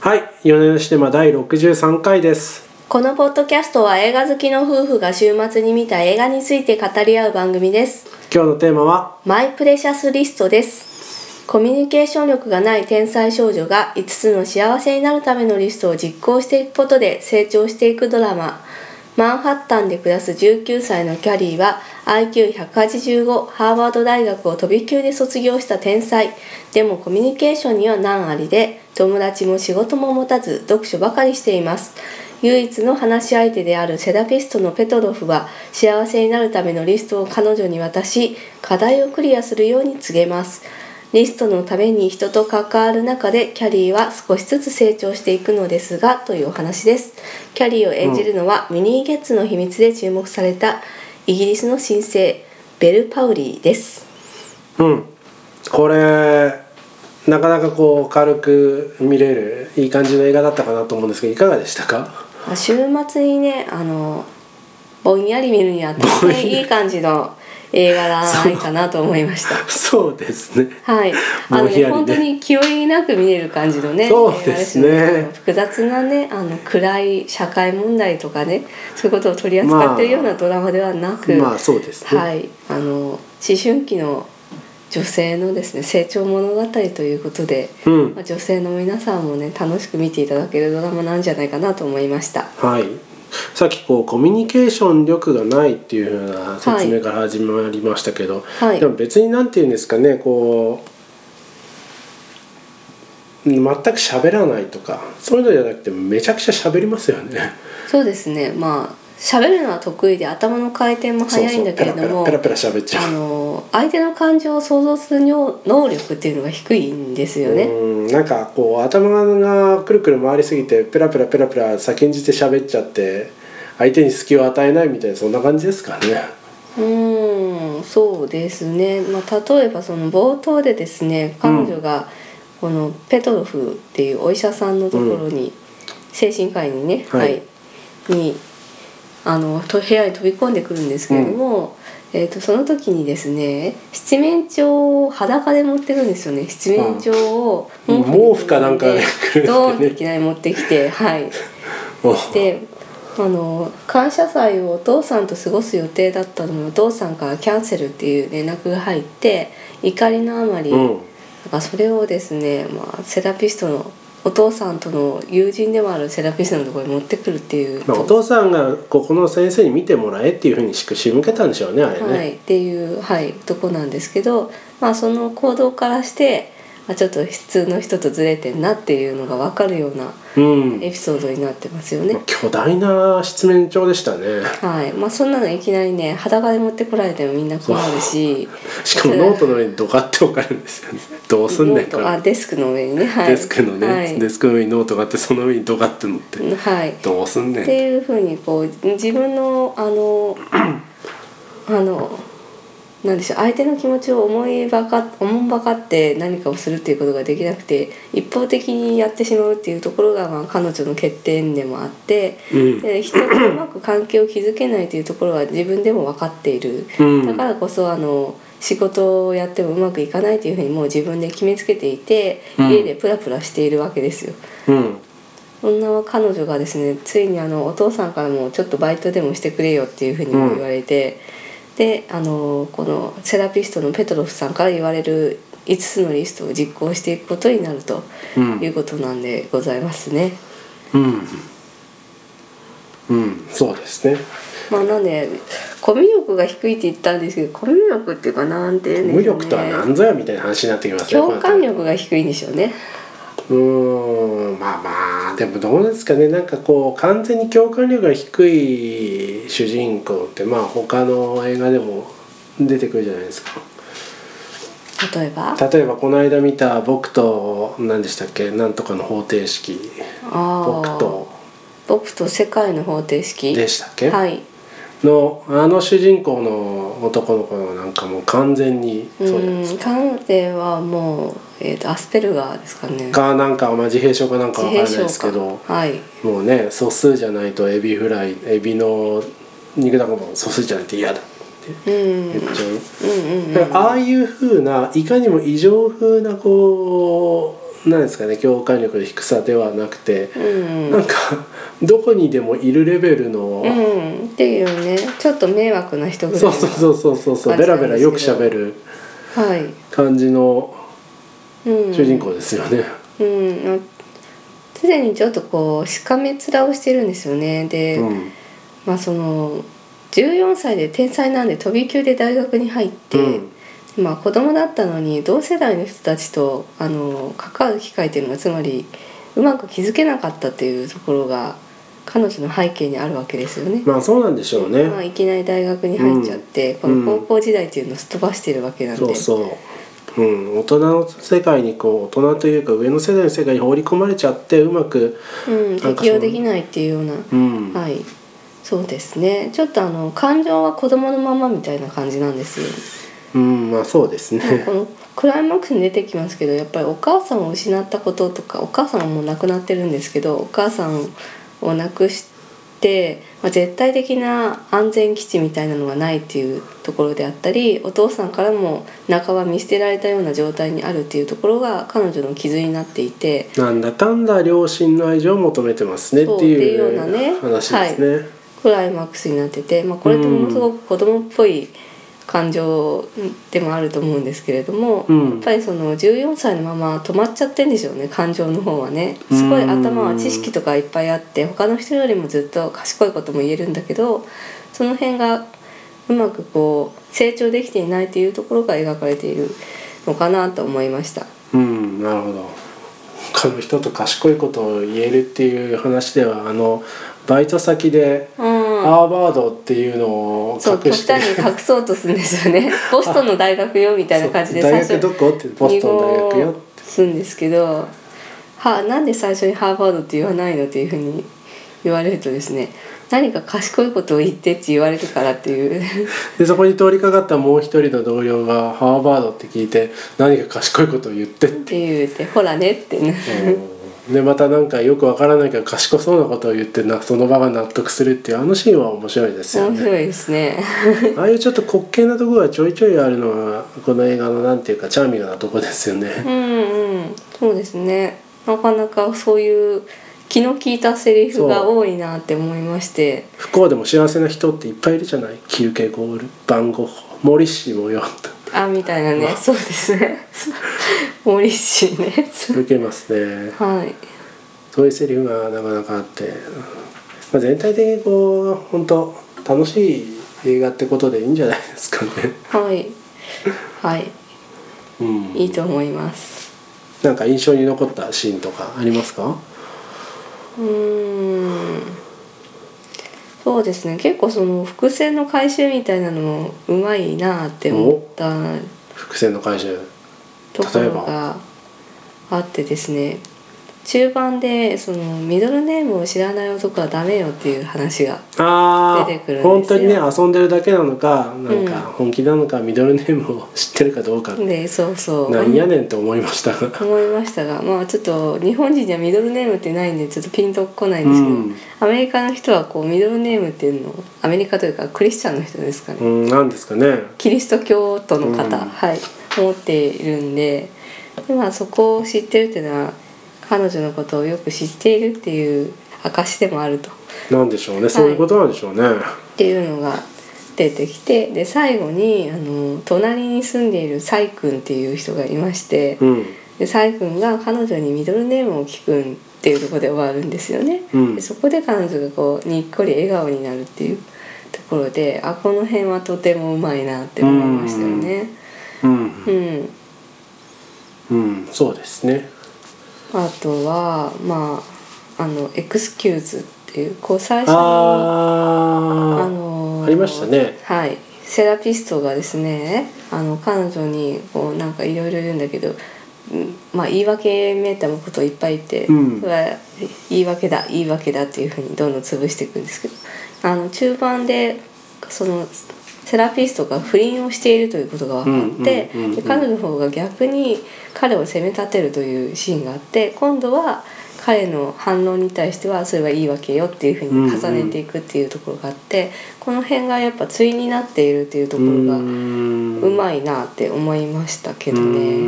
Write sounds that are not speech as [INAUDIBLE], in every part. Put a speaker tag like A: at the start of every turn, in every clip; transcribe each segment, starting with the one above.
A: はい、米のシネマ第63回です。
B: このポッドキャストは映画好きの夫婦が週末に見た映画について語り合う番組です
A: 今日のテーマは、
B: マイプレシャスリストですコミュニケーション力がない天才少女が5つの幸せになるためのリストを実行していくことで成長していくドラママンハッタンで暮らす19歳のキャリーは IQ185 ハーバード大学を飛び級で卒業した天才でもコミュニケーションには難ありで友達も仕事も持たず読書ばかりしています唯一の話し相手であるセラピストのペトロフは幸せになるためのリストを彼女に渡し課題をクリアするように告げますリストのために人と関わる中でキャリーは少しずつ成長していくのですがというお話ですキャリーを演じるのは、ミニーゲッツの秘密で注目されたイギリスの新星ベル・パウリーです
A: うん、これ、なかなかこう軽く見れる、いい感じの映画だったかなと思うんですけど、いかがでしたか [LAUGHS]
B: まあ週末にねあのぼんやり見るには大変いい感じの映画がないかなと思いました
A: そうですね。 [LAUGHS]
B: はい、あ
A: ぼ
B: の、
A: んやりね
B: ね、本当に気負いなく見れる感じのね
A: そうですね
B: 映画よ複雑なねあの暗い社会問題とかねそういうことを取り扱ってるようなドラマではなく、
A: まあそうですね。
B: はい、あの思春期の女性のですね成長物語ということで、
A: うん
B: まあ、女性の皆さんもね楽しく見ていただけるドラマなんじゃないかなと思いました。
A: はい。さっきこうコミュニケーション力がないっていうふうな説明から始まりましたけど、
B: はい
A: でも別になんて言うんですかねこう全く喋らないとかそういうのじゃなくてめちゃくちゃ喋りますよね。
B: そうですねまあ喋るのは得意で頭の回転も
A: そう
B: 早い
A: そ
B: ん
A: う
B: だけれども
A: ペラペラペラペラ喋っちゃ
B: あ
A: う。
B: の相手の感情を想像する能能力っていうのが低いんですよね。
A: うんなんかこう頭がくるくる回りすぎてペラペラペラペラ先んじて喋っちゃって相手に隙を与えないみたいなそんな感じですかね。
B: うん、そうですね。まあ例えばその冒頭でですね、彼女がこのペトロフっていうお医者さんのところに、精神科医にね、
A: は
B: はいい、にあのと部屋に飛び込んでくるんですけれども。えー、とその時にですね七面鳥を裸で持ってるんですよね七面鳥を
A: うん毛布かなんかで来るんですよね
B: ドーンっていきなり持ってきてはい
A: お
B: であの感謝祭をお父さんと過ごす予定だったのにお父さんからキャンセルっていう連絡が入って怒りのあまり、
A: うん
B: なんかそれをですね、まあ、セラピストのお父さんとの友人でもあるセラピストのところに持ってくるっていう、
A: まあ、お父さんがここの先生に見てもらえっていうふうに仕向けたんでしょうねあれね、
B: はい、っていう、はい、とこなんですけど、まあ、その行動からして、まあ、ちょっと普通の人とずれてんなっていうのが分かるような
A: うん、
B: エピソードになってますよね。
A: 巨大な七面鳥でしたね
B: [LAUGHS] はい、まあそんなのいきなりね裸で持ってこられてもみんな困るし
A: しかもノートの上にドカって置かれるんですよねどうすんねんか
B: ノートあ
A: ら
B: デスクの上にね、はい、
A: デスクのね、
B: はい、
A: デスクの上にノートがあってその上にドカって乗って、
B: はい、っ
A: どうすんねん
B: ていうふうにこう自分の
A: [COUGHS]
B: あのあのなんでしょう相手の気持ちを思いばかおもんばかって何かをするっていうことができなくて一方的にやってしまうっていうところが、まあ、彼女の欠点でもあって、
A: うん
B: で人とうまく関係を築けないというところは自分でも分かっている。
A: うん
B: だからこそあの仕事をやってもうまくいかないというふうにもう自分で決めつけていて、
A: うん
B: 家でプラプラしているわけですよ。
A: うん
B: 女は彼女がですねついにあのお父さんからもちょっとバイトでもしてくれよっていうふうにも言われて、であのこのセラピストのペトロフさんから言われる5つのリストを実行していくことになると
A: うん
B: いうことなんでございますね。
A: うんうんそうですね
B: まあ、なんでコミュ力が低いって言ったんですけどコミュ力っていうかなんて言うんで
A: 無
B: しょうね
A: 力とは何ぞやみたいな話になってきますね
B: 共感力が低いんでしょうね。
A: うーんまあまあでもどうですかねなんかこう完全に共感力が低い主人公ってまあ他の映画でも出てくるじゃないですか
B: 例えば
A: 例えばこの間見た「僕と何でしたっけなんとかの方程式」「
B: あ
A: 僕
B: ー
A: と
B: 僕と世界の方程」式
A: でしたっけ、
B: はい
A: のあの主人公の男の子のなんかもう完全にそううじゃないです
B: んカンテはもう、えー、とアスペルガーですかね
A: かかなんかまあ自閉症かなんかわ
B: 自
A: からな
B: 閉
A: いで
B: 症
A: すけ
B: か
A: ど
B: はい
A: もうね素数じゃないとエビフライエビの肉だんかも素数じゃないと嫌だって
B: うん
A: 言っちゃう、
B: うんうん
A: だからああいう風な、いかにも異常風なこうなんですかね共感力の低さではなくて、
B: うん
A: なんかどこにでもいるレベルの、
B: うんっていうねちょっと迷惑な人ぐらい
A: そ
B: の
A: うそうそうそうそうそうベラベラよく喋る
B: はい、
A: 感じの
B: うん、
A: 主人公ですよね。
B: うんすでにちょっとこうしかめ面をしてるんですよねで、
A: うん
B: まあその14歳で天才なんで飛び級で大学に入って、
A: うん
B: まあ子供だったのに同世代の人たちとあの関わる機会っていうのがつまりうまく気づけなかったっていうところが彼女の背景にあるわけですよね。
A: まあそうなんでしょう
B: まあ、
A: ね。
B: いきなり大学に入っちゃって、
A: うん
B: この高校時代っていうのをすっ飛ばしてるわけなんで、
A: そうそう。うん、大人の世界にこう大人というか上の世代の世界に放り込まれちゃってうまく、
B: う
A: な
B: ん、
A: んかその
B: 適応できないっていうような、
A: うん、
B: はいそうですねちょっとあの感情は子供のままみたいな感じなんですよ。
A: うん、まあそうですね。
B: このクライマックスに出てきますけどやっぱりお母さんを失ったこととかお母さんはもう亡くなってるんですけどお母さんを亡くして、まあ、絶対的な安全基地みたいなのがないっていうところであったりお父さんからも半ば見捨てられたような状態にあるっていうところが彼女の傷になっていて。
A: [LAUGHS] なんだかんだ両親の愛情を求めてますねってい
B: そうっていうようなね
A: う話ですね。
B: クライマックスになってて、まあ、これってものすごく子供っぽい感情でもあると思うんですけれども、
A: うん
B: やっぱりその14歳のまま止まっちゃってんでしょうね感情の方はねすごい頭は知識とかいっぱいあって他の人よりもずっと賢いことも言えるんだけどその辺がうまくこう成長できていないっていうところが描かれているのかなと思いました。
A: うん、なるほど。他の人と賢いことを言えるっていう話ではあのバイト先で
B: うん
A: アーバードっていうのを
B: そう極
A: 隠して、
B: 端に隠そうとするんですよ
A: [LAUGHS]
B: ねボストンの大学よみたいな感じで
A: そう大
B: 最初
A: 学どこってボストン大学よって
B: するんですけどはなんで最初にハーバードって言わないのっていうふうに言われるとですね何か賢いことを言ってって言われるからっていう
A: でそこに通りかかったもう一人の同僚がハーバードって聞いて何か賢いことを言ってっ、
B: ってて言ってほらねってね
A: でまたなんかよくわからないけど賢そうなことを言ってなその場が納得するっていうあのシーンは面白いですよ
B: 面
A: ね
B: 白いですね
A: ああいうちょっと滑稽なところがちょいちょいあるのはこの映画のなんていうかチャーミングなとこですよね
B: うんうんそうですねなかなかそういう気の利いたセリフが多いなって思いまして
A: 不幸でも幸せな人っていっぱいいるじゃない休憩ゴール番号モリッシーもよと
B: あみたいなねそうですね森氏ね
A: 受けますね
B: はい
A: そういうセリフがなかなかあって、まあ、全体的にこう本当楽しい映画ってことでいいんじゃないですかね。
B: はいはい
A: うん、
B: いいと思います
A: なんか印象に残ったシーンとかありますか？
B: うーんそうですね結構その伏線の回収みたいなのもうまいなって思った
A: 伏線の回収。
B: ところがあってですね中盤でそのミドルネームを知らない男はダメよっていう話が
A: あ
B: 出てくるんです
A: あ、
B: よ
A: 本当にね遊んでるだけなのか、なんか
B: う
A: 本気なのかミドルネームを知ってるかどうか、
B: でそうそう
A: なんやねんと思いましたが。
B: 思いましたがまあちょっと日本人にはミドルネームってないんでちょっとピンとこないんですけど、
A: うん
B: アメリカの人はこうミドルネームっていうのをアメリカというかクリスチャンの人ですかね、
A: うん、なんですかね。
B: キリスト教徒の方、
A: うん
B: はい持っているんでで、まあ、そこを知ってるっていうのは彼女のことをよく知っているっていう証でもあると
A: なんでしょうね。そういうことなんでしょうね。
B: っていうのが出てきてで最後にあの隣に住んでいるサイ君っていう人がいまして。
A: うん、
B: でサイ君が彼女にミドルネームを聞くんっていうところで終わるんですよね、
A: うん
B: でそこで彼女がこうにっこり笑顔になるっていうところであこの辺はとてもうまいなって思いましたよね
A: うん
B: う、ん、
A: うん、そうですね。
B: あとはまああの「エクスキューズ」っていうこう最初に
A: あ
B: あ
A: あ。
B: のー
A: ありましたね
B: はいセラピストがですねあの彼女にこうなんかいろいろ言うんだけど、うんまあ、言い訳めいたことをいっぱい言って、
A: うん
B: これは言い訳だ言い訳だっていうふうにどんどん潰していくんですけどあの中盤でそのセラピストが不倫をしているということが分かって、
A: うんうんうんうん
B: で彼女の方が逆に彼を責め立てるというシーンがあって今度は彼の反応に対してはそれはいいわけよっていうふうに重ねていくっていうところがあって、この辺がやっぱ対になっているっていうところが
A: ん
B: うまいなって思いましたけど
A: う
B: ね。
A: ーんう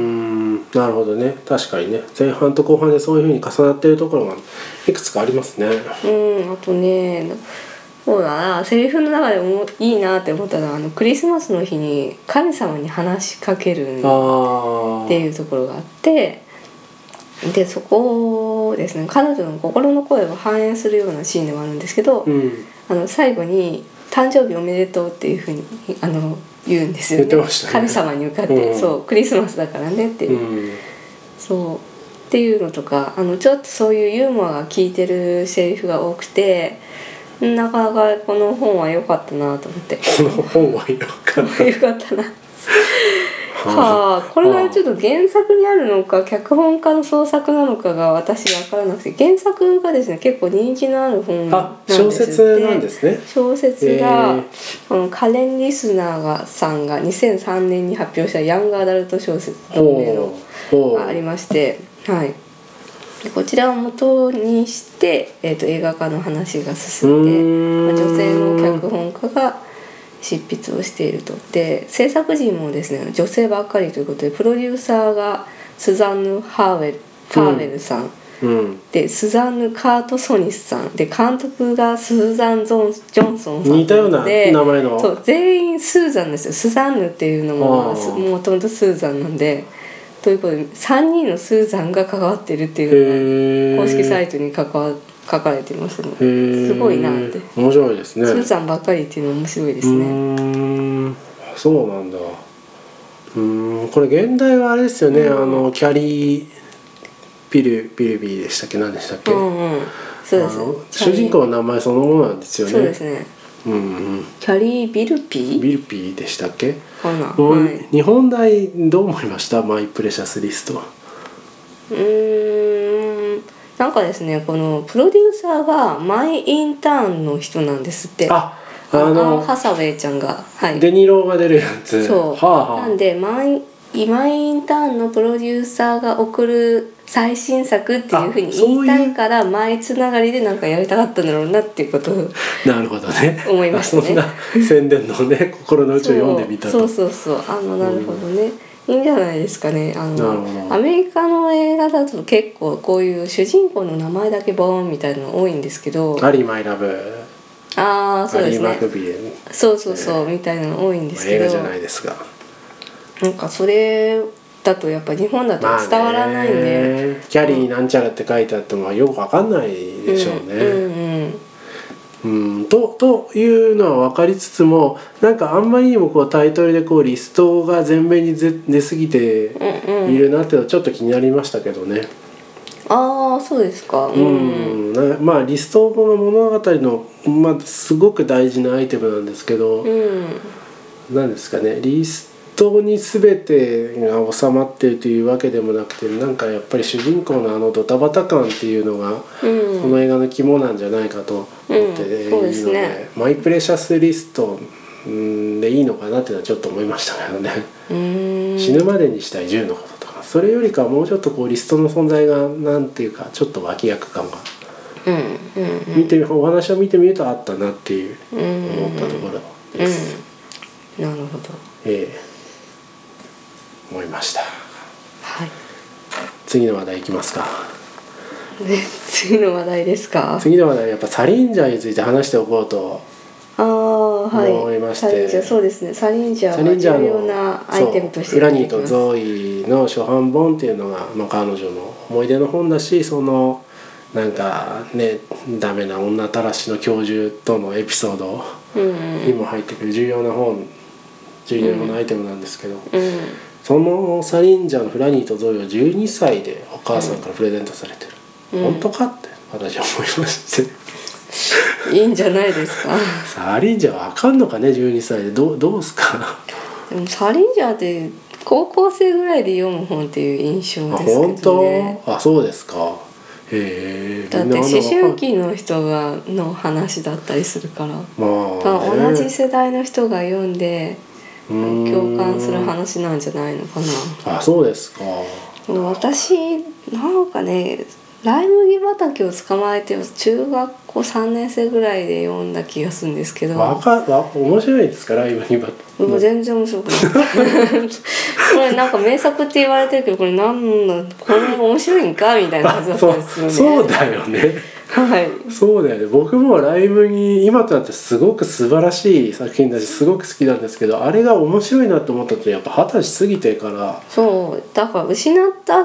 A: んなるほどね確かにね前半と後半でそういうふうに重なってるところがいくつかありますね
B: うんあとねそうだなセリフの中でもいいなって思ったのはあのクリスマスの日に神様に話しかける
A: あ
B: っ
A: あ
B: ていうところがあってでそこをですね彼女の心の声を反映するようなシーンでもあるんですけど、
A: うん
B: あの最後に「誕生日おめでとう」っていうふうにあの言うんですよね
A: 言ってましたね
B: 神様に向かって、
A: うん
B: そうクリスマスだからねって、
A: うん [LAUGHS]
B: そうっていうのとかあのちょっとそういうユーモアが効いてるセリフが多くてなかなかこの本は良かったなと思って
A: [LAUGHS] この本はよかった
B: 良かったな。はあ、これがちょっと原作にあるのか脚本家の創作なのかが私分からなくて原作がですね結構人気のある本なん
A: あ
B: ですよ
A: 小説なんですね
B: 小説が、
A: へー
B: あのカレン・リスナーがさんが2003年に発表したヤングアダルト小説というの
A: ほう
B: がありまして、はい、でこちらを元にして、えー、と映画化の話が進ん
A: うーん
B: でまあ女性の脚本家が執筆をしているとで制作陣もですね女性ばっかりということでプロデューサーがスザンヌ・ハーウェルファーウェルさん
A: うん
B: でスザンヌ・カート・ソニスさんで監督がスーザン・ゾンジョンソンさん
A: 似たような
B: で
A: 名前の
B: そう全員スーザンですよスザンヌっていうの
A: あ
B: も
A: ー
B: もともとスーザンなんでということで3人のスーザンが関わってるってい
A: へ
B: うの
A: え
B: が公式サイトに関わ書かれてますねす
A: す
B: ごいなって
A: 面白いですね
B: スーザンばっかりっていうの面白いです
A: う
B: ね
A: ーんそうなんだうーんこれ現代はあれですよね、あのキャリーピルピルビーでしたっけ何でしたっ
B: う
A: け、
B: んうんそうで
A: あの
B: す
A: 主人公の名前そのものなんですよね
B: そうですね
A: うんうん
B: キャリー・ビルピー
A: ビルピーでしたっけ、
B: かな
A: もう
B: はい
A: 日本大どう思いましたマイプレシャスリストは
B: うーんなんかですねこのプロデューサーがマイインターンの人なんですって
A: ああ
B: あの
A: の
B: ハサウェイちゃんがはい
A: デニローが出るやつ
B: そう、
A: はあ、はあ
B: なんでマイマイインターンのプロデューサーが送る最新作っていうふうに
A: あそういう
B: 言いたいからマイつながりでなんかやりたかったんだろうなっていうことを
A: なるほどね
B: 思いましたね
A: [LAUGHS] そんな宣伝のね心の内を読んでみた
B: そ
A: と
B: うそうそうそうあのなるほどね、いいんじゃないですかねあ
A: なるほ
B: の
A: ど
B: アメリカの映画だと結構こういう主人公の名前だけボーンみたいなの多いんですけど
A: アリーマイラブ
B: ああそう
A: ア
B: で
A: リ
B: す
A: ーマ
B: ね
A: クビエン
B: そうそうそうみたいなの多いんですけ
A: 映
B: ど
A: 画じゃないですが
B: なんかそれだとやっぱ日本だと伝わらないんで、
A: まあねキャリーなんちゃらって書いてあってもよくわかんないでしょうね、
B: うんうんうん
A: うん、とというのは分かりつつもなんかあんまりにもこうタイトルでこうリストが前面に出出過ぎて
B: うんうん
A: いるなっていうのはちょっと気になりましたけどね。
B: ああそうですかう
A: うんんなまあリストの物語の、まあ、すごく大事なアイテムなんですけど
B: う、ん
A: なんですかねリストに全てが収まってるというわけでもなくてなんかやっぱり主人公のあのドタバタ感っていうのが、
B: うん
A: この映画の肝なんじゃないかと思っているの
B: うんそうですね
A: マイプレシャスリストうんでいいのかなっていうのはちょっと思いましたけどね、
B: うーん
A: 死ぬまでにしたい10のこととかそれよりかはもうちょっとこうリストの存在がなんていうかちょっと脇役感が、
B: うんうん
A: 見てみお話を見てみるとあったなっていう
B: うん
A: 思ったところ
B: う
A: です。
B: んなるほど
A: ええ思いました
B: はい [LAUGHS]
A: 次の話題いきますか
B: で次の話題ですか
A: 次の話題はやっぱサリンジャーについて話しておこうと
B: ああはい
A: 思いまして
B: サリンジャーそうですねサリンジャ
A: サ
B: ー
A: リ
B: は
A: ンジャー
B: 重
A: の
B: 要なアイテムとして
A: そうウラニー
B: 出て
A: と
B: きます
A: ゾーイの初版本っていうのが、まあ、彼女の思い出の本だしそのなんかねダメな女たらしの教授とのエピソード
B: うんうん
A: にも入ってくる重要な本重要なアイテムなんですけど、
B: うん
A: そのサリンジャーのフラニーとゾイは12歳でお母さんからプレゼントされてる、
B: う
A: 本
B: ん
A: 当かって私は思いまして
B: いいんじゃないですか [LAUGHS]
A: サリンジャーわかんのかね12歳でどうどうすか
B: でもサリンジャーって高校生ぐらいで読む本っていう印象
A: あ
B: です
A: 本
B: けどね
A: 当あそうですかへえ
B: だっ
A: み
B: て
A: んなあんな
B: 思春
A: わかん
B: 期の人がの話だったりするから、
A: まあ、
B: まあ同じ世代の人が読んで共
A: 共
B: 感する話なんじゃないのかな
A: あそうですか
B: でも私なんかねライ麦畑を捕まえてを中学校3年生ぐらいで読んだ気がするんですけど
A: わかわ面白いですから今にば
B: もう全然面白くない [LAUGHS] これなんか名作って言われてるけどこれなんなんこれ面白いんかみたいな感じだ
A: あ
B: った
A: そ
B: んですよ
A: う
B: ね
A: そうだよね
B: はい
A: そうだよね僕もライブに今となってすごく素晴らしい作品だしすごく好きなんですけどあれが面白いなと思ったってやっぱ二十歳過ぎてから
B: そうだから失った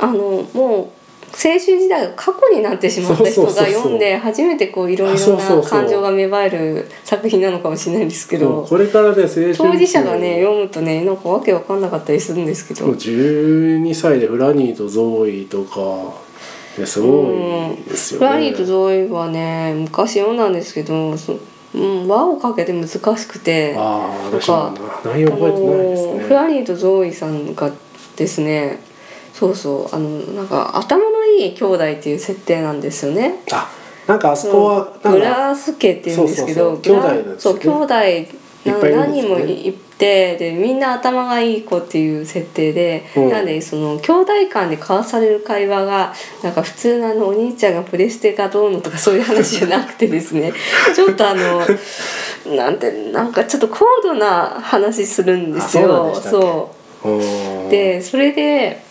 B: あのもう青春時代が過去になってしまった人
A: そう
B: が
A: そうそうそう
B: 読んで初めてこういろい
A: あそ
B: ろ
A: うそう
B: な
A: そう
B: 感情が芽生える作品なのかもしれないんですけ
A: もう
B: ど
A: これからね青春
B: 当事者がね読むとねなんかわけわかんなかったりするんですけど
A: もう12歳でフラニーとゾーイとかいやすごいですよ
B: フ
A: ね。
B: ラリーとゾイはね昔読んだんですけどそ、うん、輪をかけて難しくてあ
A: ああ私もな内容覚えてないです
B: の
A: ね。
B: フラリーとゾイさんがですねそうそうあのなんか頭のいい兄弟っていう設定なんですよね。
A: あなんかあそこはな
B: グ
A: んか
B: ラス家っていうんですけ
A: そ
B: ど
A: うそうそう兄弟なんですよね
B: グラそう
A: いっ
B: 兄弟
A: ぱいい
B: な
A: るんで
B: 何
A: す
B: 人
A: よ
B: も
A: ね
B: いてでみんな頭がいい子っていう設定で、
A: うん
B: なんでその兄弟間で交わされる会話がなんか普通のあのお兄ちゃんがプレステがどうのとかそういう話じゃなくてです
A: [LAUGHS]
B: ねちょっとあのなんてなんかちょっと高度な話するんです
A: あそうなん
B: よ。
A: でしたっけ
B: そう
A: うん
B: でそれで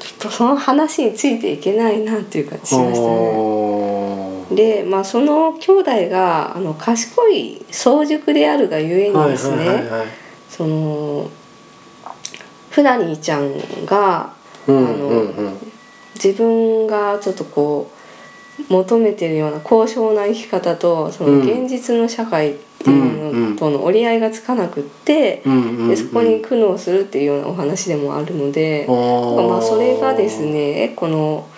B: ちょっとその話についていけないなっていう感じしましたね。
A: う
B: で、まあ、その兄弟があの賢い早熟であるがゆえ
A: ん
B: に
A: はい
B: です
A: はいはい
B: ね
A: はい。
B: そのフラニーちゃんが
A: うんうんうん。
B: 自分がちょっとこう求めてるような高尚な生き方とその
A: うん
B: 現実の社会っていうのとの折り合いがつかなくって、
A: うんうんうん
B: でそこに苦悩するっていうようなお話でもあるので、
A: あー
B: まあ、それがですねこの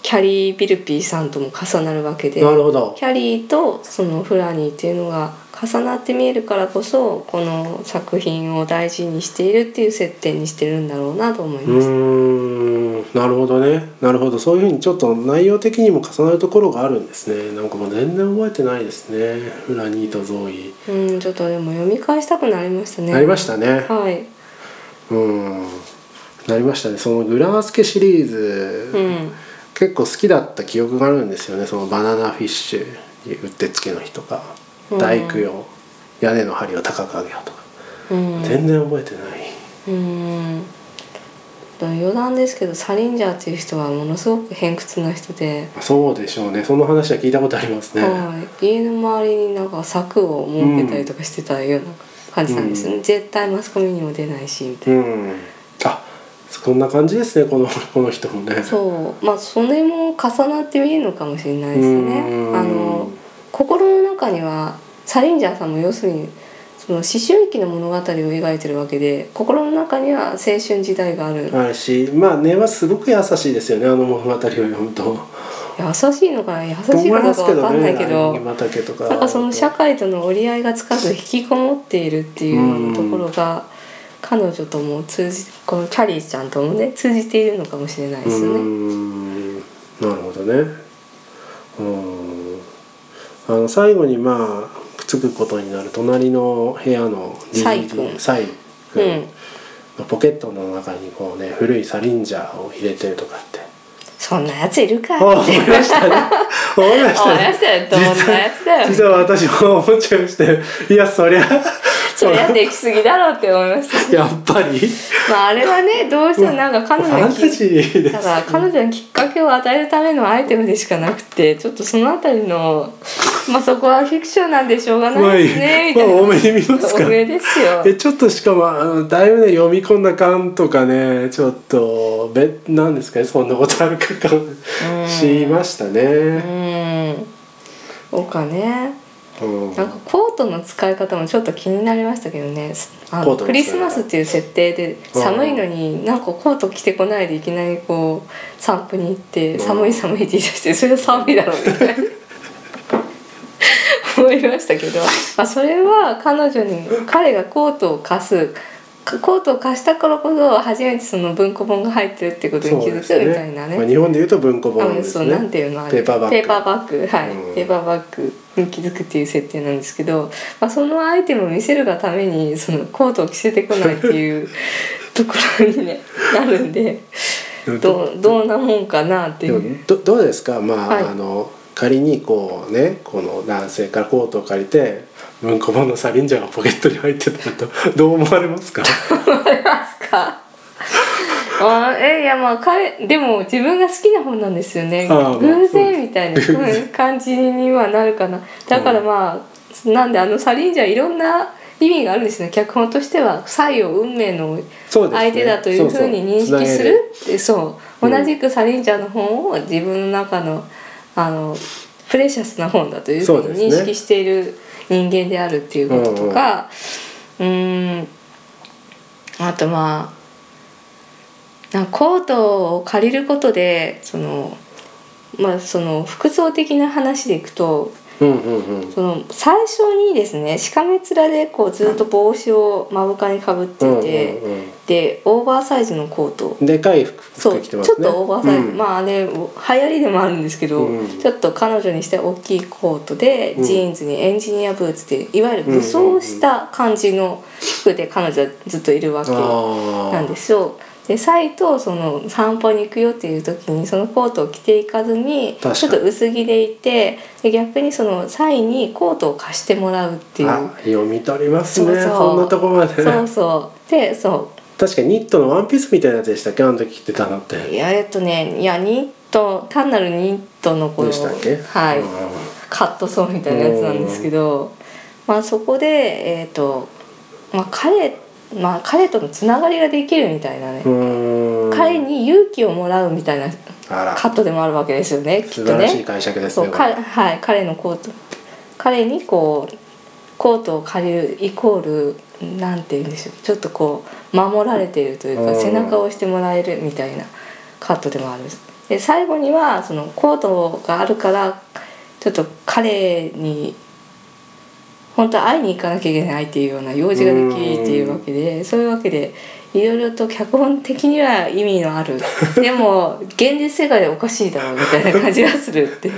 B: キャリー・ビルピーさんとも重なるわけで。
A: なるほど
B: キャリーとそのフラニーっていうのが重なって見えるからこそこの作品を大事にしているっていう設定にしてるんだろうなと思いうます。
A: ーんなるほどねなるほどそういうふうにちょっと内容的にも重なるところがあるんですねなんかもう全然覚えてないですねフラニーとゾーイ、
B: うん、ちょっとでも読み返したくなりましたね。
A: なりましたね
B: はい。
A: うんなりましたねそのグラマスケシリーズ、
B: うん。
A: 結構好きだった記憶があるんですよねそのバナナフィッシュにうってつけの日とか
B: うん
A: 大工よ屋根の梁を高く上げよとか、
B: うん。
A: 全然覚えてない
B: うん。余談ですけどサリンジャーっていう人はものすごく偏屈な人で、
A: そうでしょうねその話は聞いたことありますね、
B: はい、家の周りになんか柵を設けたりとかしてたような感じなんですよね、絶対マスコミにも出ないしみたいな。
A: うんあそんな感じですねこの [LAUGHS] この人もね
B: そうまあそれも重なって見えるのかもしれないですね
A: うん
B: あの心の中にはサリンジャーさんも要するにその思春期の物語を描いてるわけで心の中には青春時代がある、
A: あるしまあ根はすごく優しいですよねあの物語を読むと。
B: 優しいのかな優し
A: と思
B: い
A: い
B: かど
A: ま
B: うか
A: すけ
B: わ
A: ど
B: かんないけ
A: ね
B: ど
A: 柳畑とか
B: なんかその社会との折り合いがつかず引きこもっているっていうようなところが彼女とも通じこのキャリーちゃんともね通じているのかもしれないですよ
A: うー
B: ね。
A: んなるほどねうんあの最後にまあくっつくことになる隣の部屋の
B: サイ君
A: サイ
B: う
A: 君
B: ん、
A: のポケットの中にこうね古いサリンジャーを入れてるとか
B: [LAUGHS]
A: って
B: そんなやついるか
A: あ思いましたね思いました
B: 思いま
A: ね
B: したよどんなやつだよ
A: 実は私も思っちゃいましたよいやそり
B: [LAUGHS]
A: ゃ
B: それはできすぎだろうって思いました
A: やっぱり
B: まああれはねどうしてもなんか
A: フ
B: 彼女
A: ァン
B: に
A: タジ
B: き
A: ーで
B: だ
A: す
B: から彼女にきっかけを与えるためのアイテムでしかなくてちょっとそのあたりのまあそこはフィクションなんでしょうがないですねみ
A: ま
B: た
A: あ
B: いな
A: 多めに見ますか
B: おめですよ
A: えちょっとしかもあのだいぶね読み込んだ感とかねちょっとべなんですかねそんなことあるか感しました
B: う
A: ね。
B: んそうかね
A: うん
B: なんかコートの使い方もちょっと気になりましたけどねあ
A: コー
B: の
A: トの使い方
B: クリスマスっていう設定で寒いのになんかコート着てこないでいきなりこう散歩に行って
A: ん
B: 寒い寒いって言い出してそれは寒いだろうみたいな思いましたけど、まあ、それは彼女に彼がコートを貸すコートを貸したからこそ初めてその文庫本が入ってるってことに気づくみたいなね。
A: まあ、日本でいうと文庫本で
B: そ
A: す
B: う
A: ね。
B: なんていうのあ
A: ペ
B: れ
A: ーパーバッグ。
B: ペーパーバッグはい、
A: うん
B: ペーパーバッグに気づくっていう設定なんですけど、まあ、そのアイテムを見せるがため
A: [LAUGHS]
B: にそのコートを着せてこないっていうところに、ね、なるんでどうどんなもんかなって
A: で
B: い
A: も
B: う。
A: どどうですかまあ,、
B: はい
A: あの仮にこうねこの男性からコートを借りて文庫本のサリンジャーがポケットに入ってたと [LAUGHS] どう思われますか
B: 思いますかあえいやまあ彼でも自分が好きな本なんですよね
A: あーまあ
B: 偶然みたいな
A: そうです
B: うん感じにはなるかなだからまあなんであのサリンジャーいろんな意味があるんですね脚本としては才を運命の
A: そうですね
B: 相手だというふうに認
A: そうそう
B: 識するってそう同じくサリンジャーの本を自分の中のあのプレシャスな本だというふ
A: そう
B: う
A: ですね
B: に認識している人間であるっていうこととかうんあとまあなんかコートを借りることでそのまあその服装的な話でいくと
A: うんうんうん
B: その最初にですねしかめ面でこうずっと帽子を目深にかぶっていて、
A: うんうん
B: でオーバーサイズのコート
A: うん、でかい服
B: そう、
A: 服着
B: ち
A: て
B: ょっ
A: ますね
B: とオーバーサイズ、
A: うん
B: まああれ流行りでもあるんですけど、
A: うん
B: ちょっと彼女にして大きいコートで、
A: うん
B: ジーンズにエンジニアブーツでいわゆる武装した感じの服で彼女はずっといるわけ
A: あ
B: なんですよ。でサイとその散歩に行くよっていう時にそのコートを着ていかずに
A: 確かに
B: ちょっと薄着でいてで逆にそのサイにコートを貸してもらうっていう
A: あ読み取りますね
B: そう
A: そ
B: そうん
A: なとこまで
B: そうそうでそう
A: 確かにニットのワンピースみたいなやつでしたっけあの時着てたのって
B: いやえっとねいやニット単なるニットのこ
A: ど
B: の
A: うしたっけ
B: はい、
A: う
B: カットソーみたいなやつなんですけど、まあ、そこで、えーとまあ彼まあ、彼とのつながりができるみたいなね、
A: んうーん
B: 彼に勇気をもらうみたいな
A: あら
B: カットでもあるわけですよねき
A: 素
B: っと
A: 晴らしい
B: ね。
A: 解釈です
B: そ
A: ね
B: う
A: これ
B: 彼はい、彼のコート彼にこうコートを借りるイコールなんて言うんでしょうちょっとこう守られているというか
A: うん
B: 背中を押してもらえるみたいなカットでもあるんですで最後にはそのコートがあるからちょっと彼に本当は会いに行かなきゃいけないっていうような用事ができっていうわけでそういうわけでいろいろと脚本的には意味のあるでも現実世界でおかしいだろうみたいな感じがするって。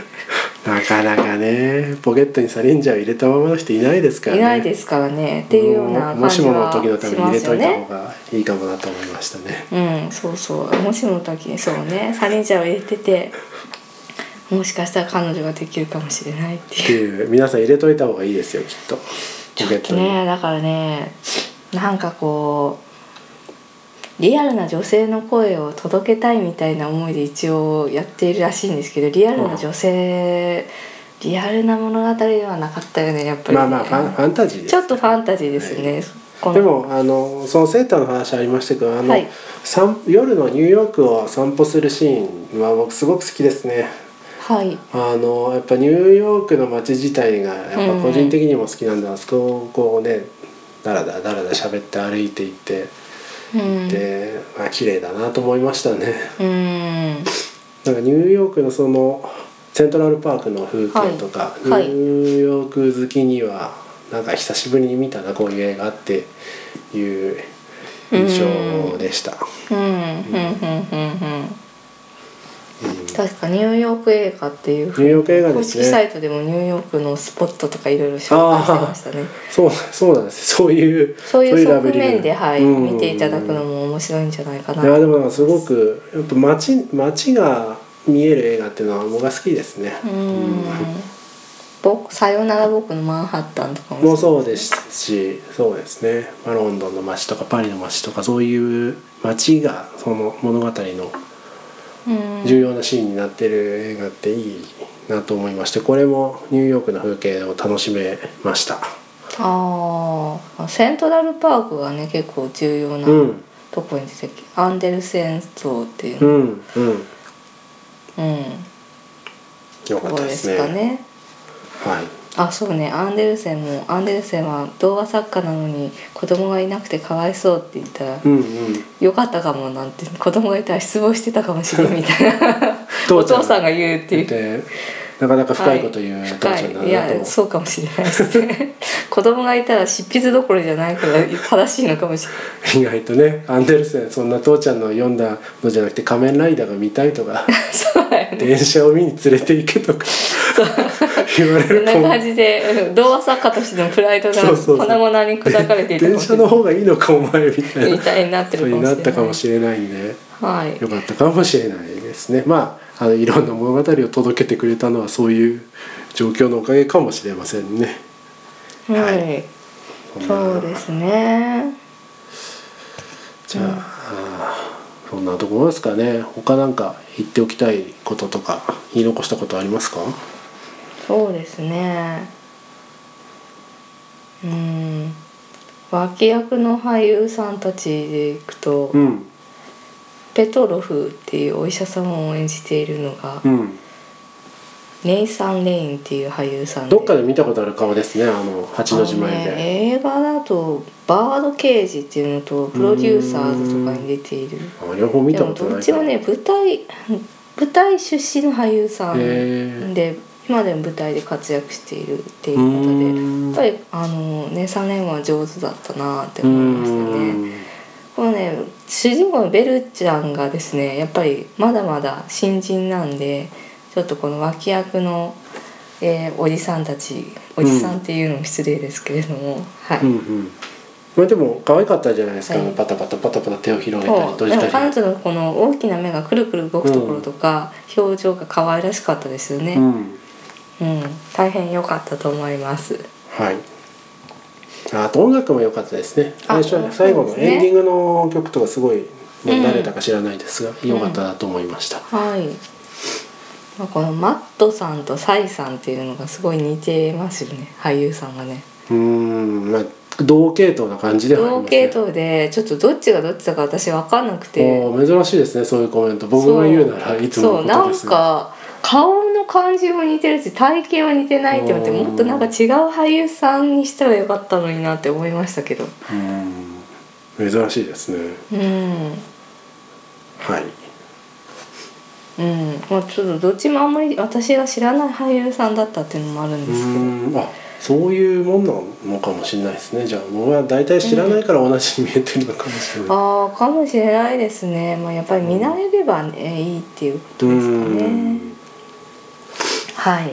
A: なかなかねポケットにサリンジャーを入れたままの人いないですから
B: い
A: ね
B: ないですからねっていうような
A: も
B: 感
A: し
B: じ
A: もの
B: は
A: 時のため
B: し
A: に入
B: ま
A: れ
B: す
A: と
B: よ
A: いた
B: ね
A: 方。がいいかもなと思いましたね。
B: うん、そうそうもしもの時にそうねサニーちゃんを入れててもしかしたら彼女ができるかもしれないって
A: っ
B: い
A: ていう皆さん入れといた方がいいですよきっと。ポケット
B: う
A: に。
B: ねだからねなんかこうリアルな女性の声を届けたいみたいな思いで一応やっているらしいんですけどリアルな女性、リアルな物語ではなかったよねやっぱりね、
A: まあまあファンファンタジーです。
B: ちょっとファンタジーですね、この
A: でもあのそのセーターの話ありましたけどあの、
B: はい
A: 散夜のニューヨークを散歩するシーンは僕すごく好きですね。
B: はい
A: あのやっぱニューヨークの街自体がやっぱ個人的にも好きなんで、あそこをこうねだらだらだらだら喋って歩いていって、
B: うん
A: でまあ綺麗だなと思いましたね。
B: うん
A: なんかニューヨークのそのセントラルパークの風景とか、
B: はいは
A: ニ
B: い
A: ューヨーク好きにはなんか久しぶりに見たなこういう映画っていう印象でした。
B: うんうんうんうんうん確かニューヨーク映画っていう
A: ニューヨーク映画で
B: 公
A: す
B: 式サ
A: ね。
B: イトでもニューヨークのスポットとかいろいろ紹介してましたね
A: そうそうなんです。そういう
B: そういう側面で、
A: ラ
B: はい、
A: ベリングうん
B: 見ていただくのも面白いんじゃないか
A: いや
B: な
A: でもなんかすごくやっぱ街街が見える映画っていうのは僕が好きですね。
B: うん僕「さよなら僕のマンハッタン」とか
A: もう
B: も
A: そうですしそうですね、まあ、ロンドンの街とかパリの街とかそういう街がその物語の
B: うん
A: 重要なシーンになってる映画っていいなと思いましてこれもニューヨークの風景を楽しめました
B: ああセントラルパークがね結構重要な
A: うん
B: とこに出てきてアンデルセン島っていうう、
A: んうん
B: うん、
A: よ
B: と
A: かっ
B: こ
A: たで
B: ろですす
A: ね
B: かね
A: はい
B: あそうねアンデルセンもアンデルセンは童話作家なのに子供がいなくてかわいそうって言ったら、
A: うんうん
B: よかったかもなんて子供がいたら失望してたかもしれんみたいな
A: [LAUGHS]
B: お父さんが言うっていう。
A: でなかなか深いこと言う父ちゃ
B: 深
A: んだ
B: いい
A: なと
B: やそうかもしれないですね子供がいたら執筆どころじゃないから正しいのかもしれない
A: 意外とねアンデルセンそんな父ちゃんの読んだのじゃなくて「仮面ライダーが見たい」と
B: [LAUGHS]
A: か
B: そうだよね
A: 電車を見に連れて行けとか言われ
B: そん
A: る
B: な
A: かも
B: 感じでうん童話作家としてのプライドが
A: そうそうそう
B: 粉々に砕かれていたかも
A: 電
B: し
A: 車
B: れな
A: の
B: い
A: 方がいいのかお前みたいな
B: みたいになって
A: そう
B: る
A: に
B: かもしれ
A: な
B: ない
A: ったかもしれないんで
B: はい
A: 良かったかもしれないですねまああのいろんな物語を届けてくれたのはそういう状況のおかげかもしれませんね
B: は
A: はい
B: そうですね
A: じゃあ,あー、そんなところですかね他なんか言っておきたいこととか言い残したことありますか
B: そうですねうん脇役の俳優さんたちでいくと、
A: うん
B: ペトロフっていうお医者様を演じているのが、
A: うん
B: ネイサン・レインっていう俳優さん
A: どっかで見たことある顔ですねあの八の字前
B: あの
A: で、
B: ね映画だと「バードケージ」っていうのと「プロデューサーズ」とかに出ている
A: あ両方見
B: で
A: た
B: も
A: こと
B: ど
A: な
B: っ
A: い
B: ちもね舞台舞台出身の俳優さん
A: へー
B: で今でも舞台で活躍しているっていう
A: う
B: 方
A: ん
B: でやっぱりあのネイサン・レインは上手だったなって
A: う
B: 思いましたね。
A: ん
B: このね主人公のベルちゃんがですねやっぱりまだまだ新人なんでちょっとこの脇役の、えーおじさんたちおじさんっていうのも失礼ですけれども、はい、
A: うんうんまあでも可愛かったじゃないですか、
B: はい
A: パタパタパタパタ手を広げたり
B: そう
A: 閉
B: で
A: じ
B: も
A: た
B: 彼
A: り
B: 女のこの大きな目がくるくる動くところとか、表情が可愛らしかったですよね、
A: う
B: うん
A: ん
B: 大変良かったと思います
A: はいあと音楽も良かったですね
B: あ
A: 最初は
B: そう
A: 最
B: です
A: 後
B: ね
A: のエンディングの曲とかすごい、もう
B: うん
A: 誰だか知らないですが良かったなと思いました、
B: はいまあこのマットさんとサイさんっていうのがすごい似てますよね俳優さんがね
A: うーん、まあ同系統な感じではあります
B: 同
A: ね。
B: 系統でちょっとどっちがどっちだか私分かんなくて
A: おー珍しいですねそういうコメント僕が言うならいつも
B: そう
A: のことです
B: そうなんか顔の感じも似てるし体型は似てないって思って
A: うん
B: もっとなんか違う俳優さんにしたらよかったのになって思いましたけど
A: うーん珍しいですね
B: うん
A: はい
B: うんまあちょっとどっちもあんまり私が知らない俳優さんだったっていうのもあるん
A: う
B: ですけど
A: ーんあそういうもんなのかもしれないですねじゃあ僕は大体知らないから同じに見えてるのかもしれない、
B: ああかもしれないですねまあやっぱり見慣れればねいいっていうこと
A: う
B: ですか
A: ー
B: ね
A: ん
B: はい。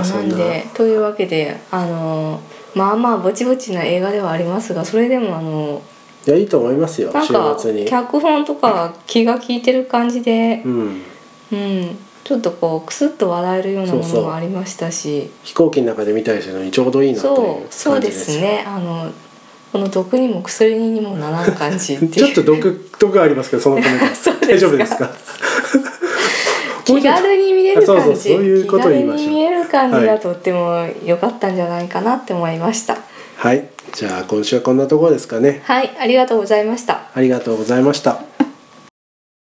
A: まあ
B: あ、な
A: そん
B: ん
A: な
B: でというわけであのまあまあぼちぼちな映画ではありますがそれでもあの
A: いやいいと思いますよ
B: なん
A: 週
B: か
A: 末に
B: 脚本とか気が利いてる感じで
A: う、ん
B: うん、ちょっとこうクスッと笑えるような
A: そう
B: もの
A: そう
B: もありましたし
A: 飛行機の中で見たりするのにちょうどいいなという
B: そう
A: 感じです
B: そうですねあのこの毒にも薬にもならん感じってい
A: [LAUGHS]
B: う
A: ちょっと毒毒ありますけどそのコメント
B: [LAUGHS] そうですか
A: 大丈夫ですか
B: 気軽に見れる感じ
A: そうそうそういうことを言いましょう
B: 気軽に見える感じ
A: は
B: が
A: い
B: とっても良かったんじゃないかなって思いました。
A: はいじゃあ今週はこんなところですかね
B: はい、ありがとうございました。
A: ありがとうございました